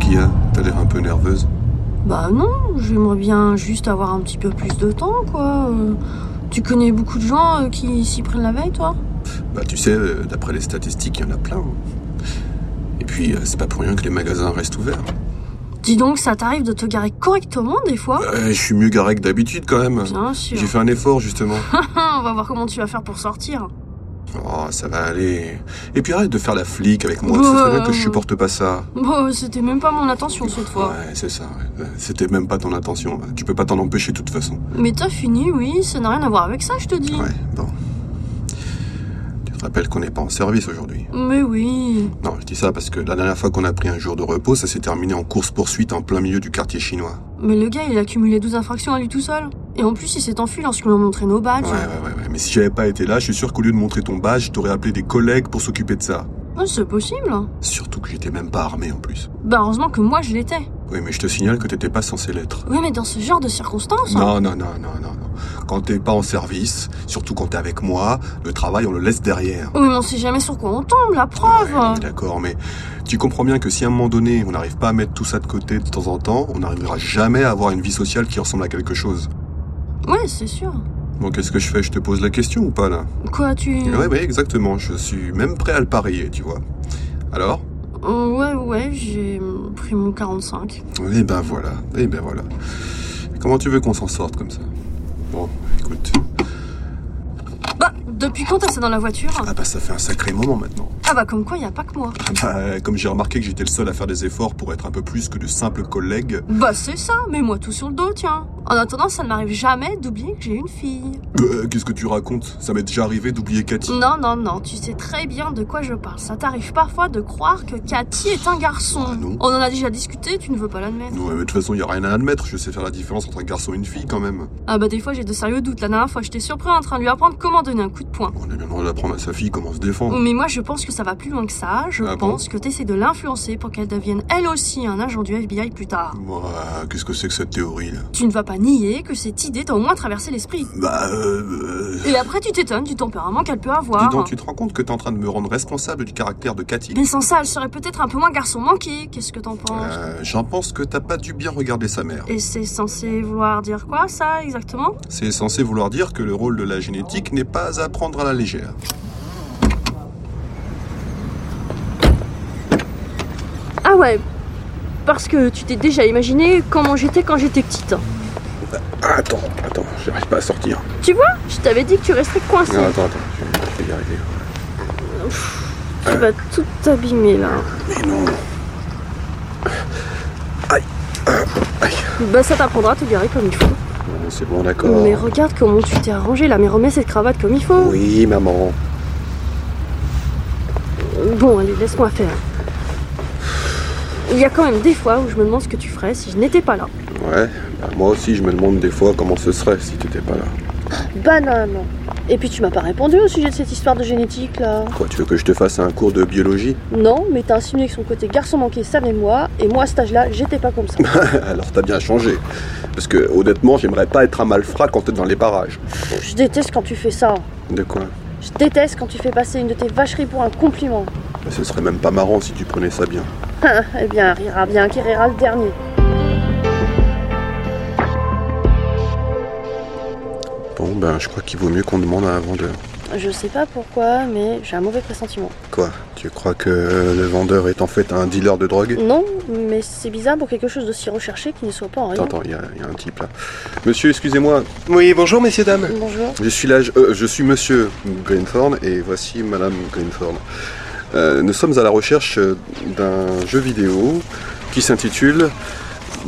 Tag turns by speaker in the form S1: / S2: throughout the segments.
S1: qui a T'as l'air un peu nerveuse.
S2: Bah non, j'aimerais bien juste avoir un petit peu plus de temps, quoi. Euh, tu connais beaucoup de gens euh, qui s'y prennent la veille, toi
S1: Bah tu sais, euh, d'après les statistiques, il y en a plein. hein. Et puis, euh, c'est pas pour rien que les magasins restent ouverts.
S2: Dis donc, ça t'arrive de te garer correctement des fois
S1: Ouais, Bah, je suis mieux garé que d'habitude quand même.
S2: Bien sûr.
S1: J'ai fait un effort justement.
S2: On va voir comment tu vas faire pour sortir.
S1: Oh, ça va aller. Et puis arrête de faire la flic avec moi. Tu sais
S2: Ouais,
S1: très bien que je
S2: ouais.
S1: supporte pas ça.
S2: Bon, euh, c'était même pas mon attention cette fois.
S1: Ouais, c'est ça. ouais. C'était même pas ton intention. Tu peux pas t'en empêcher de toute façon.
S2: Mais t'as fini, oui, ça n'a rien à voir avec ça, je te dis.
S1: Ouais, bon. Tu te rappelles qu'on n'est pas en service aujourd'hui.
S2: Mais oui.
S1: Non, je dis ça parce que la dernière fois qu'on a pris un jour de repos, ça s'est terminé en course-poursuite en plein milieu du quartier chinois.
S2: Mais le gars, il a cumulé 12 infractions à lui tout seul. Et en plus, il s'est enfui lorsqu'on lui a montré nos badges.
S1: Ouais, ouais, ouais, ouais. Mais si j'avais pas été là, je suis sûr qu'au lieu de montrer ton badge, je t'aurais appelé des collègues pour s'occuper de ça.
S2: Ah, c'est possible.
S1: Surtout que j'étais même pas armé en plus.
S2: Bah, heureusement que moi, je l'étais.
S1: Oui, mais je te signale que t'étais pas censé l'être.
S2: Oui, mais dans ce genre de circonstances.
S1: Non, non, non, non, non, non. Quand t'es pas en service, surtout quand t'es avec moi, le travail, on le laisse derrière.
S2: Oui, mais on sait jamais sur quoi on tombe, la
S1: Ouais,
S2: preuve.
S1: on est D'accord, mais tu comprends bien que si à un moment donné, on n'arrive pas à mettre tout ça de côté de temps en temps, on n'arrivera jamais à avoir une vie sociale qui ressemble à quelque chose.
S2: Ouais, c'est sûr.
S1: Donc qu'est-ce que je fais Je te pose la question ou pas là
S2: Quoi, tu.
S1: Ouais, ouais, exactement. Je suis même prêt à le parier, tu vois. Alors
S2: Euh, ouais, ouais, j'ai pris mon 45.
S1: Eh ben voilà, eh ben voilà. Comment tu veux qu'on s'en sorte comme ça Bon, écoute.
S2: Bah, depuis quand t'as ça dans la voiture
S1: Ah bah ça fait un sacré moment maintenant.
S2: Ah bah, comme quoi, y a pas que moi.
S1: Ah bah, comme j'ai remarqué que j'étais le seul à faire des efforts pour être un peu plus que de simples collègues.
S2: Bah, c'est ça, mais moi tout sur le dos, tiens. En attendant, ça ne m'arrive jamais d'oublier que j'ai une fille.
S1: Euh, Qu'est-ce que tu racontes Ça m'est déjà arrivé d'oublier Cathy.
S2: Non, non, non, tu sais très bien de quoi je parle. Ça t'arrive parfois de croire que Cathy est un garçon.
S1: Ah non.
S2: On en a déjà discuté, tu ne veux pas l'admettre.
S1: Ouais, mais de toute façon, il a rien à admettre. Je sais faire la différence entre un garçon et une fille quand même.
S2: Ah bah, des fois, j'ai de sérieux doutes. La dernière fois, j'étais surpris en train de lui apprendre comment donner un coup de poing.
S1: On est bien droit d'apprendre à sa fille comment se défendre.
S2: Mais moi, je pense que ça va plus loin que ça. Je
S1: Ah bon
S2: pense que t'essaies de l'influencer pour qu'elle devienne elle aussi un agent du FBI plus tard.
S1: Ouah, Qu'est-ce que c'est que cette théorie là
S2: Tu ne vas pas nier que cette idée t'a au moins traversé l'esprit.
S1: Bah, euh, euh,
S2: Et après, tu t'étonnes du tempérament qu'elle peut
S1: Dis
S2: avoir.
S1: donc, tu te rends compte que t'es en train de me rendre responsable du caractère de Cathy
S2: Mais sans ça, elle serait peut-être un peu moins garçon manqué. Qu'est-ce que t'en penses
S1: Euh, J'en pense que t'as pas dû bien regarder sa mère.
S2: Et c'est censé vouloir dire quoi, ça, exactement
S1: C'est censé vouloir dire que le rôle de la génétique n'est pas à prendre à la légère.
S2: Ah ouais, parce que tu t'es déjà imaginé comment j'étais quand j'étais petite.
S1: Attends, attends, j'arrive pas à sortir.
S2: Tu vois, je t'avais dit que tu resterais coincée.
S1: Ah, attends, attends, je vais, y arriver.
S2: Tu vas tout abîmer là.
S1: Mais non. Aïe. Aïe.
S2: Bah ça t'apprendra à te garer comme il faut.
S1: C'est bon,
S2: Mais regarde comment tu t'es arrangé là, mais remets cette cravate comme il faut.
S1: Oui, maman.
S2: Bon, allez, laisse-moi faire. Il y a quand même des fois où je me demande ce que tu ferais si je n'étais pas là.
S1: Ouais, bah, moi aussi, je me demande des fois comment ce serait si t'étais pas là.
S2: Bah non, non. Et puis tu m'as pas répondu au sujet de cette histoire de génétique là.
S1: Quoi, tu veux que je te fasse un cours de biologie
S2: Non, mais t'as insinué que son côté garçon manqué savait moi, et moi à cet âge-là, j'étais pas comme ça.
S1: Bah Alors t'as bien changé. Parce que honnêtement, j'aimerais pas être un malfrat quand t'es dans les parages.
S2: je déteste quand tu fais ça.
S1: De quoi
S2: Je déteste quand tu fais passer une de tes vacheries pour un compliment.
S1: Bah, Ce serait même pas marrant si tu prenais ça bien.
S2: eh bien, rira bien qui rira le dernier.
S1: Bon, ben je crois qu'il vaut mieux qu'on demande à un vendeur.
S2: Je sais pas pourquoi, mais j'ai un mauvais pressentiment.
S1: Quoi Tu crois que euh, le vendeur est en fait un dealer de drogue
S2: Non, mais c'est bizarre pour quelque chose d'aussi recherché qui ne soit pas en rien.
S1: Attends, attends, il y, a il y a un type là. Monsieur, excusez-moi. Oui, bonjour messieurs, dames.
S2: Bonjour.
S1: Je suis là, je, euh, je suis monsieur Greenthorn et voici madame Greenthorn. Euh, nous sommes à la recherche euh, d'un jeu vidéo qui s'intitule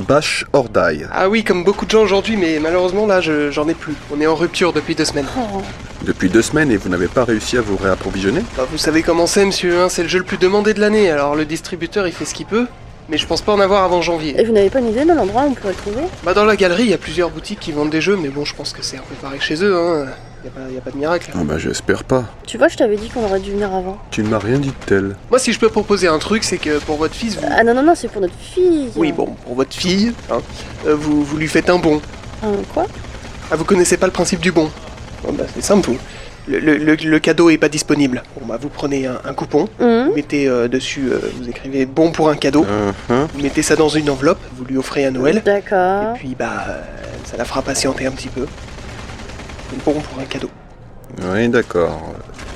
S1: Bash or Die.
S3: Ah oui, comme beaucoup de gens aujourd'hui, mais malheureusement là, je- j'en ai plus. On est en rupture depuis deux semaines.
S2: Oh,
S1: Depuis deux semaines et vous n'avez pas réussi à vous réapprovisionner
S3: Bah, vous savez comment c'est, monsieur, hein, c'est le jeu le plus demandé de l'année, alors le distributeur il fait ce qu'il peut, mais je pense pas en avoir avant janvier.
S2: Et vous n'avez pas une idée de l'endroit où on pourrait le trouver
S3: Bah, dans la galerie, il y a plusieurs boutiques qui vendent des jeux, mais bon, je pense que c'est un peu pareil chez eux, hein. Y a pas, y a pas de miracle.
S1: Ah bah j'espère pas.
S2: Tu vois, je t'avais dit qu'on aurait dû venir avant.
S1: Tu ne m'as rien dit de tel.
S3: Moi, si je peux proposer un truc, c'est que pour votre fils, vous.
S2: Ah non, non, non, c'est pour notre fille.
S3: Oui, bon, pour votre fille, hein, euh, vous, vous lui faites un bon.
S2: Hein, quoi
S3: Ah, vous connaissez pas le principe du bon Bon, bah, c'est simple, vous. le, le- le- le cadeau est pas disponible. Bon, bah, vous prenez un, un coupon,
S2: Hum.
S3: vous mettez euh, dessus, euh, vous écrivez bon pour un cadeau,
S1: Euh, hein.
S3: vous mettez ça dans une enveloppe, vous lui offrez à Noël, et
S2: Mmh. D'accord.
S3: puis bah euh, ça la fera patienter un petit peu. Bon pour un cadeau.
S1: Oui, d'accord.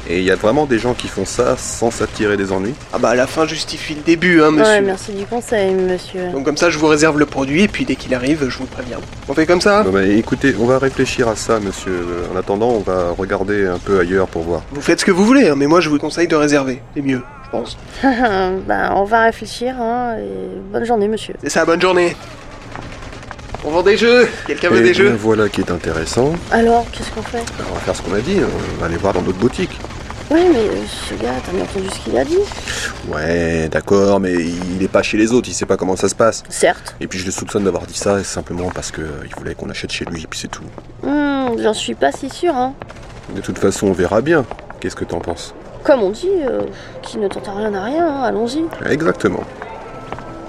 S1: Et il y a vraiment des gens qui font ça sans s'attirer des ennuis
S3: Ah bah la fin justifie le début, hein, monsieur.
S2: Ouais, merci du conseil, monsieur.
S3: Donc comme ça, je vous réserve le produit, et puis dès qu'il arrive, je vous préviens. On fait comme ça
S1: Bon, bah, Écoutez, on va réfléchir à ça, monsieur. Euh, En attendant, on va regarder un peu ailleurs pour voir.
S3: Vous faites ce que vous voulez, hein, mais moi je vous conseille de réserver. C'est mieux, je pense.
S2: ben, on va réfléchir, hein, et bonne journée, monsieur.
S3: C'est ça, bonne journée On vend des jeux Quelqu'un veut
S1: Et
S3: des
S1: Eh bien,
S3: jeux
S1: voilà qui est intéressant.
S2: Alors, qu'est-ce qu'on fait
S1: Alors, on va faire ce qu'on a dit, hein. on va aller voir dans d'autres boutiques.
S2: Ouais, mais euh, ce gars, t'as bien entendu ce qu'il a dit
S1: Ouais, d'accord, mais il n'est pas chez les autres, il sait pas comment ça se passe.
S2: Certes.
S1: Et puis je le soupçonne d'avoir dit ça simplement parce que euh, il voulait qu'on achète chez lui, et puis c'est tout.
S2: Hum, J'en suis pas si sûre, hein.
S1: De toute façon, on verra bien. Qu'est-ce que t'en penses
S2: Comme on dit, euh, qui ne tente rien à rien, hein, allons-y.
S1: Exactement.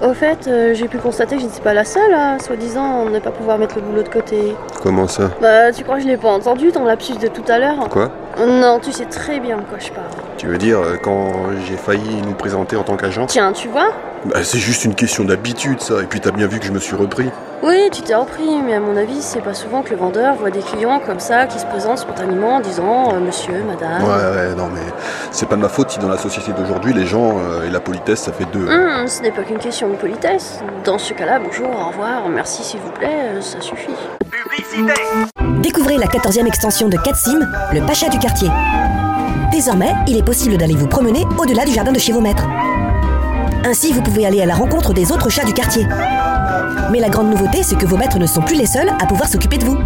S2: Au fait, euh, j'ai pu constater que je ne suis pas la seule à, soi-disant, ne pas pouvoir mettre le boulot de côté.
S1: Comment ça
S2: Bah, tu crois que je l'ai pas entendu ton lapsus de tout à l'heure
S1: Quoi
S2: Non, tu sais très bien de quoi je parle.
S1: Tu veux dire euh, quand j'ai failli nous présenter en tant qu'agent
S2: Tiens, tu vois
S1: Bah c'est juste une question d'habitude ça, et puis t'as bien vu que je me suis repris.
S2: Oui, tu t'es repris, mais à mon avis, c'est pas souvent que le vendeur voit des clients comme ça qui se présentent spontanément en disant euh, Monsieur,
S1: Ouais
S3: Ah.
S2: Madame.
S1: ouais, non mais c'est pas de ma faute si dans la société d'aujourd'hui les gens euh, et la politesse ça fait deux. hein.
S2: Hum, ce n'est pas qu'une question de politesse. Dans ce cas-là, bonjour, au revoir, merci s'il vous plaît, euh, ça suffit.
S4: Découvrez la 14e extension de Sim, le pacha du quartier. Désormais, il est possible d'aller vous promener au-delà du jardin de chez vos maîtres. Ainsi, vous pouvez aller à la rencontre des autres chats du quartier. Mais la grande nouveauté, c'est que vos maîtres ne sont plus les seuls à pouvoir s'occuper de vous.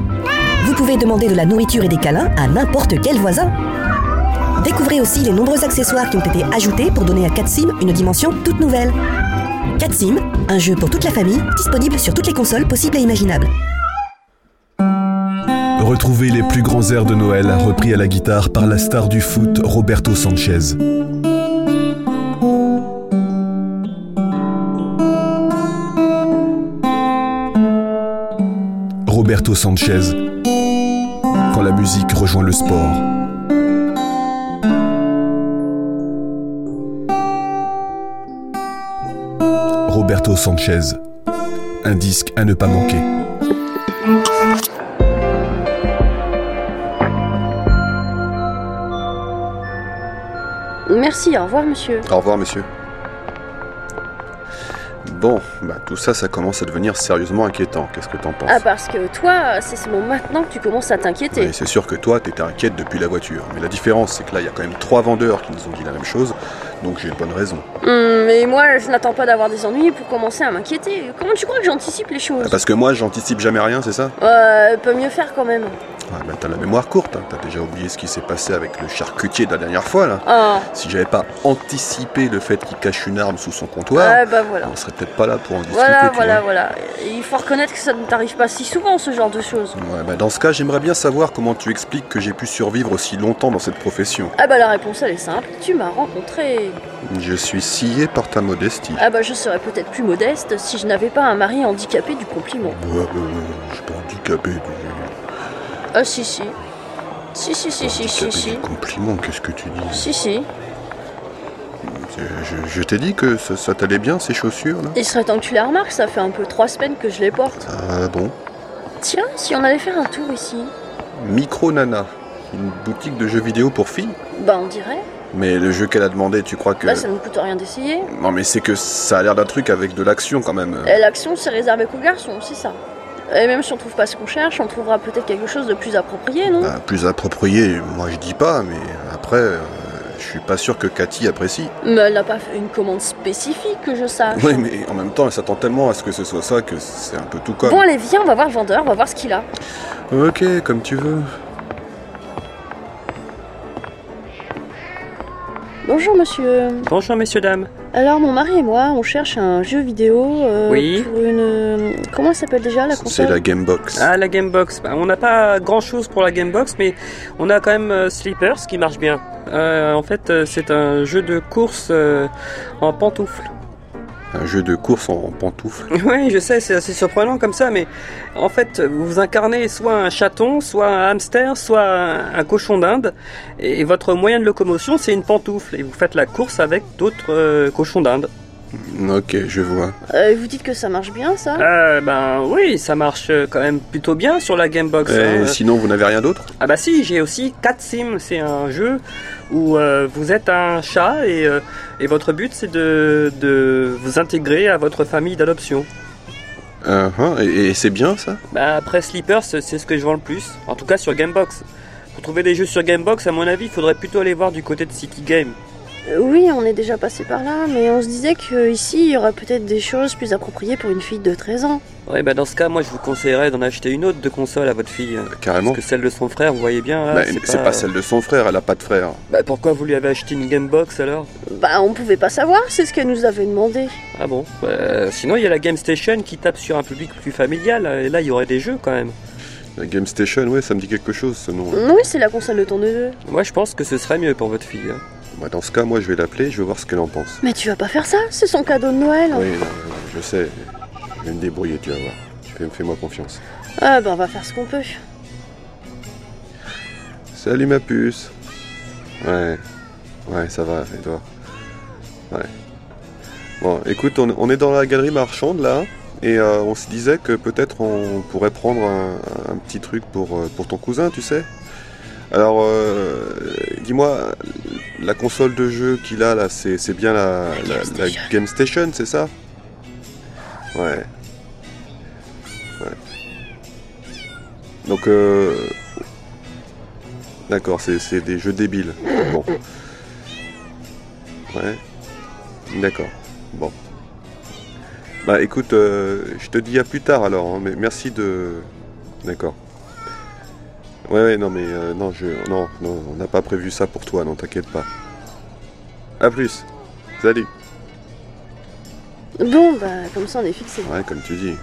S4: Vous pouvez demander de la nourriture et des câlins à n'importe quel voisin. Découvrez aussi les nombreux accessoires qui ont été ajoutés pour donner à Sim une dimension toute nouvelle. Sim, un jeu pour toute la famille, disponible sur toutes les consoles possibles et imaginables.
S5: Retrouvez les plus grands airs de Noël repris à la guitare par la star du foot Roberto Sanchez. Roberto Sanchez. Quand la musique rejoint le sport. Roberto Sanchez. Un disque à ne pas manquer.
S2: Merci, au revoir, monsieur.
S1: Au revoir, monsieur. Bon, bah tout ça, ça commence à devenir sérieusement inquiétant. Qu'est-ce que t'en penses
S2: Ah, parce que toi, c'est ce moment maintenant que tu commences à t'inquiéter.
S1: Oui, c'est sûr que toi, t'étais inquiète depuis la voiture. Mais la différence, c'est que là, il y a quand même trois vendeurs qui nous ont dit la même chose, donc j'ai une bonne raison.
S2: Hum, mais moi, je n'attends pas d'avoir des ennuis pour commencer à m'inquiéter. Comment tu crois que j'anticipe les choses
S1: Ah, Parce que moi, j'anticipe jamais rien, c'est ça
S2: Euh, peut mieux faire quand même.
S1: ah, bah, T'as la mémoire courte, hein. t'as déjà oublié ce qui s'est passé avec le charcutier de la dernière fois, là.
S2: Ah,
S1: Si j'avais pas anticipé le fait qu'il cache une arme sous son comptoir,
S2: ouais, bah voilà.
S1: on serait peut-être pas là pour en discuter.
S2: Voilà,
S1: tu
S2: voilà,
S1: vois.
S2: voilà. Il faut reconnaître que ça ne t'arrive pas si souvent, ce genre de choses.
S1: Ouais, bah, dans ce cas, j'aimerais bien savoir comment tu expliques que j'ai pu survivre aussi longtemps dans cette profession.
S2: Ah bah la réponse elle est simple, tu m'as rencontré.
S1: Je suis scié par ta modestie.
S2: Ah bah je serais peut-être plus modeste si je n'avais pas un mari handicapé du compliment.
S1: Ouais, ouais, ouais, je suis pas handicapé. du-
S2: Ah si si. Si si si si si
S1: handicapé
S2: si.
S1: du compliment, qu'est-ce que tu dis
S2: Si si.
S1: Je, je- je t'ai dit que ça, ça t'allait bien, ces chaussures, là
S2: Il serait temps que tu les remarques, ça fait un peu trois semaines que je les porte.
S1: Ah bon
S2: Tiens, si on allait faire un tour ici.
S1: Micro Nana, une boutique de jeux vidéo pour filles
S2: Bah on dirait.
S1: Mais le jeu qu'elle a demandé, tu crois que...
S2: Là ça ne coûte rien d'essayer.
S1: Non mais c'est que ça a l'air d'un truc avec de l'action, quand même.
S2: Et l'action c'est réservé qu'aux garçons, c'est ça. Et même si on trouve pas ce qu'on cherche, on trouvera peut-être quelque chose de plus approprié, non
S1: Bah, plus approprié, moi je dis pas, mais après, euh, je suis pas sûr que Cathy apprécie.
S2: Mais elle n'a pas fait une commande spécifique que je sache.
S1: Oui, mais en même temps, elle s'attend tellement à ce que ce soit ça que c'est un peu tout comme.
S2: Bon allez viens, on va voir le vendeur, on va voir ce qu'il a.
S1: Ok, comme tu veux.
S2: Bonjour monsieur.
S6: Bonjour messieurs dames.
S2: Alors mon mari et moi, on cherche un jeu vidéo euh,
S6: Oui.
S2: pour une euh, comment elle s'appelle déjà la
S1: C'est
S2: console
S1: la Gamebox.
S6: Ah la Gamebox. Bah, on n'a pas grand chose pour la Gamebox, mais on a quand même euh, Sleepers qui marche bien. Euh, en fait, euh, c'est un jeu de course euh, en pantoufles.
S1: un jeu de course en pantoufles.
S6: Oui, je sais, c'est assez surprenant comme ça, mais en fait, vous incarnez soit un chaton, soit un hamster, soit un, un cochon d'Inde, et votre moyen de locomotion, c'est une pantoufle, et vous faites la course avec d'autres euh, cochons d'Inde.
S1: Ok, je vois.
S2: Euh, vous dites que ça marche bien, ça
S6: Euh, ben oui, ça marche euh, quand même plutôt bien sur la Gamebox.
S1: Et
S6: hein.
S1: sinon, vous n'avez rien d'autre
S6: Ah bah si, j'ai aussi 4 Sims, c'est un jeu où euh, vous êtes un chat et, euh, et votre but c'est de, de vous intégrer à votre famille d'adoption.
S1: Euh, hein, Et, et c'est bien ça
S6: Bah après Sleepers, c'est c'est ce que je vends le plus, en tout cas sur Gamebox. Pour trouver des jeux sur Gamebox, à mon avis, il faudrait plutôt aller voir du côté de City Game.
S2: Euh, Oui, on est déjà passé par là, mais on se disait qu'ici, il y aurait peut-être des choses plus appropriées pour une fille de 13 ans.
S6: Ouais bah dans ce cas, moi je vous conseillerais d'en acheter une autre de console à votre fille. hein.
S1: Carrément.
S6: Parce que celle de son frère, vous voyez bien, là,
S1: Ah Bah, c'est
S6: euh,
S1: pas celle de son frère, elle a pas de frère.
S6: Bah pourquoi vous lui avez acheté une Gamebox alors
S2: Bah, on pouvait pas savoir, c'est ce qu'elle nous avait demandé.
S6: Ah bon Euh, Sinon, il y a la Game Station qui tape sur un public plus familial, et là, il y aurait des jeux quand même.
S1: La Game Station, ouais, ça me dit quelque chose ce nom.
S2: Oui, c'est la console de ton neveu.
S6: Moi, je pense que ce serait mieux pour votre fille. hein.
S1: Bah, dans ce cas, moi je vais l'appeler, je vais voir ce qu'elle en pense.
S2: Mais tu vas pas faire ça, c'est son cadeau de Noël.
S1: Oui, non, non, je sais. Je vais me débrouiller, tu vas voir. Tu fais- Fais-moi confiance.
S2: Ah, bah, on va faire ce qu'on peut.
S1: Salut ma puce. Ouais. Ouais, ça va, et toi Ouais. Bon, écoute, on, on est dans la galerie marchande là. Et euh, on se disait que peut-être on pourrait prendre un, un petit truc pour, euh, pour ton cousin, tu sais. Alors, euh, dis-moi, la console de jeu qu'il a là, c'est c'est bien la, la- la Game Station, c'est ça Ouais. Ouais. Donc, euh, D'accord, c'est c'est des jeux débiles. Bon. Ouais. D'accord. Bon. Bah écoute, euh, je te dis à plus tard alors, hein, mais merci de. D'accord. Ouais, ouais, non, mais euh, non, je, non, non, on n'a pas prévu ça pour toi, non, t'inquiète pas. À plus. Salut.
S2: Bon, bah, comme ça, on est fixé.
S1: Ouais, comme tu dis.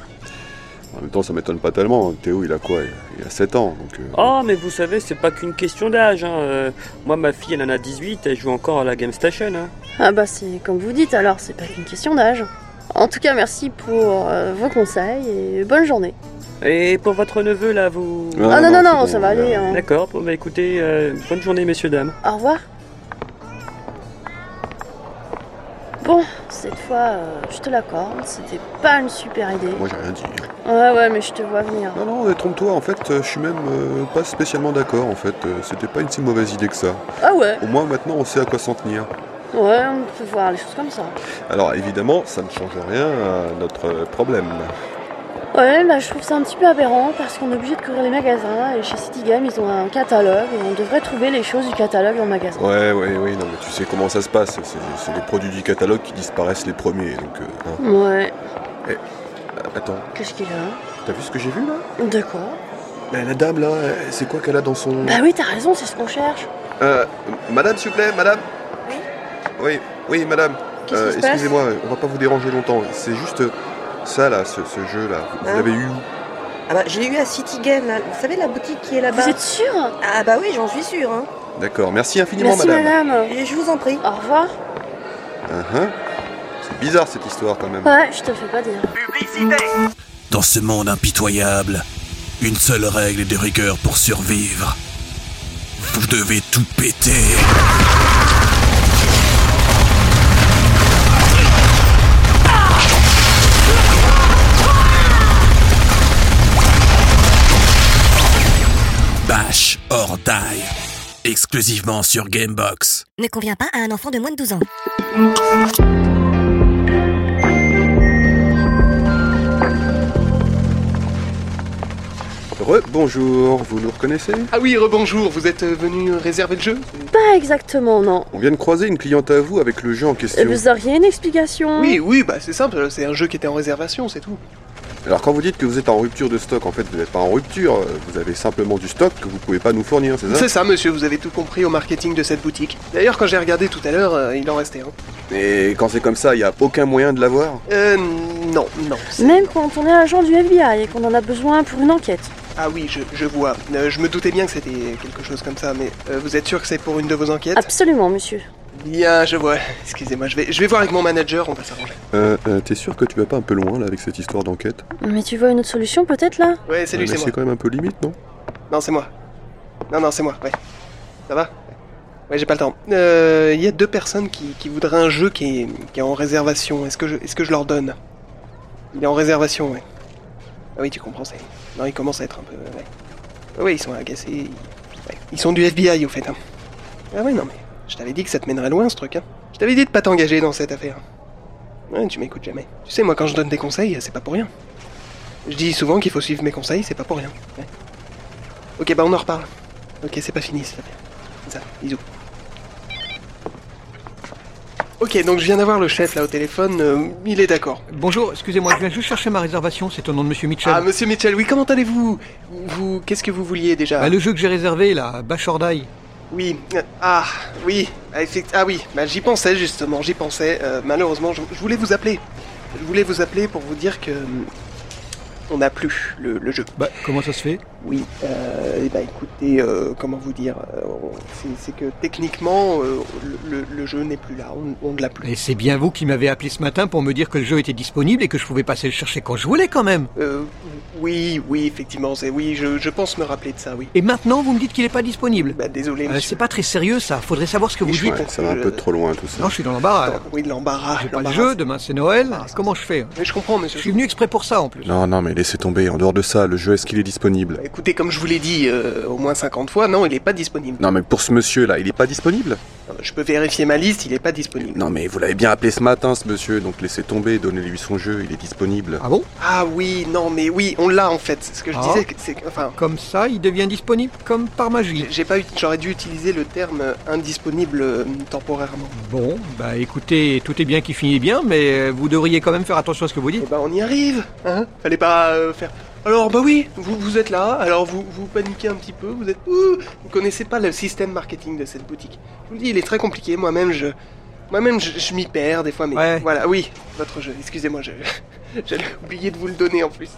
S1: En même temps, ça m'étonne pas tellement. Théo, il a quoi Il a 7 ans, donc. euh,
S6: Oh, mais vous savez, c'est pas qu'une question d'âge. hein. Euh, moi, ma fille, elle en a 18, elle joue encore à la Game Station. hein.
S2: Ah, bah, c'est comme vous dites, alors, c'est pas qu'une question d'âge. En tout cas, merci pour euh, vos conseils et bonne journée.
S6: Et pour votre neveu, là, vous...
S1: Ah,
S2: Ah, non, non,
S1: non,
S2: non,
S1: c'est
S2: ça
S1: bon,
S2: va
S1: on
S2: aller.
S1: verra.
S2: hein.
S6: D'accord, bon, bah écoutez, euh, bonne journée, messieurs, dames.
S2: Au revoir. Bon, cette fois, euh, je te l'accorde, c'était pas une super idée.
S1: Moi, j'ai rien dit.
S2: Ouais, ouais, mais je te vois venir.
S1: Non, non, euh, trompe-toi, en fait, euh, je suis même euh, pas spécialement d'accord, en fait. Euh, C'était pas une si mauvaise idée que ça.
S2: Ah ouais
S1: Au moins, maintenant, on sait à quoi s'en tenir.
S2: Ouais, on peut voir les choses comme ça.
S1: Alors, évidemment, ça ne change rien à notre euh, problème.
S2: Ouais, là, je trouve ça un petit peu aberrant parce qu'on est obligé de courir les magasins et chez City Game, ils ont un catalogue et on devrait trouver les choses du catalogue en magasin.
S1: Ouais, ouais, ouais, non, mais tu sais comment ça se passe. C'est- C'est les produits du catalogue qui disparaissent les premiers, donc... euh, hein. Euh,
S2: Ouais,
S1: Attends,
S2: qu'est-ce qu'il a
S1: t'as vu ce que j'ai vu, là
S2: De quoi
S1: Mais La dame, là, euh, c'est quoi qu'elle a dans son...
S2: Bah oui, t'as raison, c'est ce qu'on cherche.
S1: Euh, madame, s'il vous plaît, madame
S2: Oui
S1: Oui, oui, madame.
S2: Qu'est-ce
S1: Euh,
S2: qui se passe
S1: Excusez-moi, on va pas vous déranger longtemps. C'est juste euh, ça, là, ce, ce jeu-là. Vous, vous
S4: Hein
S1: l'avez eu où
S4: Ah bah, je l'ai eu à City Game, là. Vous savez, la boutique qui est là-bas
S2: Vous êtes sûr
S4: Ah bah oui, j'en suis sûre. Hein.
S1: D'accord, merci infiniment,
S2: Merci, madame.
S4: Et Je vous en prie.
S2: Au revoir.
S1: Ah, hein. C'est bizarre cette histoire quand même.
S2: Ouais, je te le fais pas dire.
S5: Dans ce monde impitoyable, une seule règle est de rigueur pour survivre. Vous devez tout péter. Bash or die. Exclusivement sur Gamebox.
S7: Ne convient pas à un enfant de moins de 12 ans.
S1: bonjour, vous nous reconnaissez
S3: Ah oui, rebonjour, vous êtes euh, venu réserver le jeu
S2: Pas exactement, non.
S1: On vient de croiser une cliente à vous avec le jeu en
S2: Euh,
S1: question.
S2: Vous auriez une explication
S3: Oui, oui, bah c'est simple, c'est un jeu qui était en réservation, c'est tout.
S1: Alors quand vous dites que vous êtes en rupture de stock, en fait vous n'êtes pas en rupture, euh, vous avez simplement du stock que vous pouvez pas nous fournir, c'est ça
S3: C'est ça, monsieur, vous avez tout compris au marketing de cette boutique. D'ailleurs, quand j'ai regardé tout à l'heure, euh, il en restait un.
S1: Et quand c'est comme ça, il n'y a aucun moyen de l'avoir
S3: Euh, non, non. c'est-
S2: Même quand on est agent du FBI et qu'on en a besoin pour une enquête.
S3: Ah oui, je, je vois.
S2: Ah.
S3: Euh, je me doutais bien que c'était quelque chose comme ça, mais euh, vous êtes sûr que c'est pour une de vos enquêtes
S2: Absolument, monsieur.
S3: Bien, je vois. Excusez-moi, je vais, je vais voir avec mon manager, on va s'arranger.
S1: Euh, euh, T'es sûr que tu vas pas un peu loin là avec cette histoire d'enquête
S8: Mais tu vois une autre solution peut-être là
S3: Ouais, salut,
S1: Ouais, mais
S3: c'est moi.
S1: quand même un peu limite, non
S3: Non, c'est moi. Non, non, c'est moi, ouais. Ça va Ouais, j'ai pas le temps. Euh, Il y a deux personnes qui, qui voudraient un jeu qui est, qui est en réservation. Est-ce que, je- est-ce que je leur donne Il est en réservation, ouais. Ah oui, tu comprends, c'est... Non, ils commencent à être un peu... Ouais, Ah oui, ils sont agacés. ils- ouais. Ils sont du FBI, au fait. hein. Ah ouais, non, mais je t'avais dit que ça te mènerait loin, ce truc. Hein. Je t'avais dit de pas t'engager dans cette affaire. Ouais, tu m'écoutes jamais. Tu sais, moi, quand je donne des conseils, c'est pas pour rien. Je dis souvent qu'il faut suivre mes conseils, c'est pas pour rien. Ouais. Ok, bah on en reparle. Ok, c'est pas fini, c'est ça. Bisous. Ok, donc je viens d'avoir le chef là au téléphone, euh, il est d'accord.
S9: Bonjour, excusez-moi, je viens juste chercher ma réservation, c'est au nom de Monsieur Mitchell.
S3: Ah, monsieur Mitchell, oui, comment allez-vous Vous, qu'est-ce que vous vouliez déjà
S9: Bah, le jeu que j'ai réservé, là, Bachordaille.
S3: Oui, euh, ah, oui, ah, effect- ah oui, bah, j'y pensais justement, j'y pensais. euh, malheureusement, je, je voulais vous appeler. Je voulais vous appeler pour vous dire que. hum, On n'a plus le, le jeu.
S9: Bah, comment ça se fait
S3: Oui, euh, eh ben, écoutez, euh, comment vous dire euh, on- c'est- C'est que techniquement, euh, le, le- le jeu n'est plus là, on, on ne l'a plus.
S9: Et c'est bien vous qui m'avez appelé ce matin pour me dire que le jeu était disponible et que je pouvais passer le chercher quand je voulais quand même.
S3: Euh, oui, oui, effectivement, c'est oui, je, je pense me rappeler de ça, oui.
S9: Et maintenant, vous me dites qu'il n'est pas disponible.
S3: Bah, désolé,
S9: Euh, c'est
S3: monsieur.
S9: pas très sérieux ça, faudrait savoir ce que vous
S3: je
S9: dites.
S3: suis
S1: Ouais, ça va un peu trop loin tout ça.
S9: Non, je suis dans l'embarras. là.
S3: Oui, de l'embarras.
S9: J'ai pas le
S3: l'embarras.
S9: jeu, demain c'est Noël. comment je fais
S3: Mais je comprends,
S9: Je
S3: monsieur.
S9: suis venu exprès pour ça en plus.
S1: Non, non, mais laissez tomber, en dehors de ça, le jeu, est-ce qu'il est disponible
S3: Bah, Écoutez, comme je vous l'ai dit euh, au moins 50 fois, non, il n'est pas disponible.
S1: Non, mais pour ce monsieur-là, il est pas disponible
S3: Non, Je peux vérifier ma liste, il n'est pas disponible.
S1: Non, mais vous l'avez bien appelé ce matin, ce monsieur, donc laissez tomber, donnez-lui son jeu, il est disponible.
S9: Ah bon
S3: Ah oui, non, mais oui, on l'a en fait. C'est Ce que je
S9: Ah.
S3: disais, c'est que- enfin,
S9: Comme ça, il devient disponible comme par magie.
S3: j'ai pas, eu- j'aurais dû utiliser le terme euh, indisponible euh, temporairement.
S9: Bon, bah écoutez, tout est bien qui finit bien, mais euh, vous devriez quand même faire attention à ce que vous
S3: Et
S9: dites.
S3: ben on y arrive, hein Fallait pas euh, faire. Alors bah oui, vous, vous êtes là, alors vous, vous paniquez un petit peu, vous êtes. Ouh vous connaissez pas le système marketing de cette boutique. Je vous le dis, il est très compliqué. Moi-même je, moi-même je, je m'y perds des fois, mais
S9: Ouais.
S3: voilà, oui, votre jeu. Excusez-moi, je, j'allais oublier de vous le donner en plus.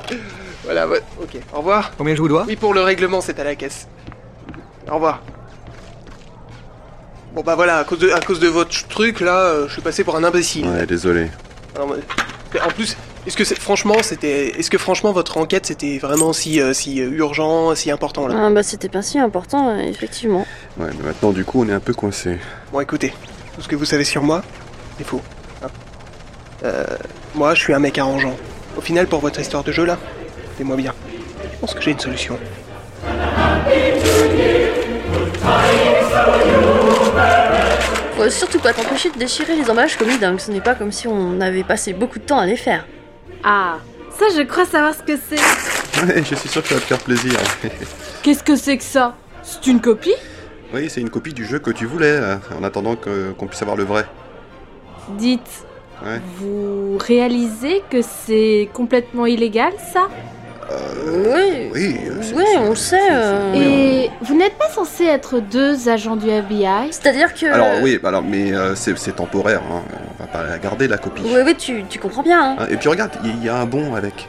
S3: Voilà, vo- ok, au revoir.
S9: Combien je vous dois
S3: Oui, pour le règlement, c'est à la caisse. Au revoir. Bon bah voilà, à cause de, à cause de votre truc là, euh, je suis passé pour un imbécile.
S1: Ouais, désolé.
S3: Alors, mais- en plus, est-ce que c'est- franchement c'était, est-ce que franchement votre enquête c'était vraiment si euh, si euh, urgent, si important là
S8: Ah, bah c'était pas si important, euh, effectivement.
S1: Ouais, mais maintenant, du coup, on est un peu coincé.
S3: Bon, écoutez, tout ce que vous savez sur moi, c'est faux. hein. Euh, moi, je suis un mec arrangeant. Au final, pour votre histoire de jeu là, fais-moi bien. Je pense que j'ai une solution.
S8: Faut Euh, surtout pas t'empêcher de déchirer les emballages comme une dingue, ce n'est pas comme si on avait passé beaucoup de temps à les faire.
S10: Ah, ça je crois savoir ce que c'est.
S1: Ouais, je suis sûr que ça va te faire plaisir.
S10: Qu'est-ce que c'est que ça C'est une copie
S1: oui, c'est une copie du jeu que tu voulais, là, en attendant que- qu'on puisse avoir le vrai.
S10: Dites,
S1: Ouais.
S10: vous réalisez que c'est complètement illégal ça
S8: Oui,
S1: Oui, euh, c'est-
S8: ouais,
S1: c'est-
S8: on le sait. euh,
S10: Et vous n'êtes pas censé être deux agents du FBI
S8: C'est-à-dire que.
S1: Alors oui, alors mais euh, c'est c'est temporaire, hein. on va pas la garder la copie.
S8: Oui, oui, tu, tu comprends bien. hein.
S1: Hein, Et puis regarde, il y a un bon avec.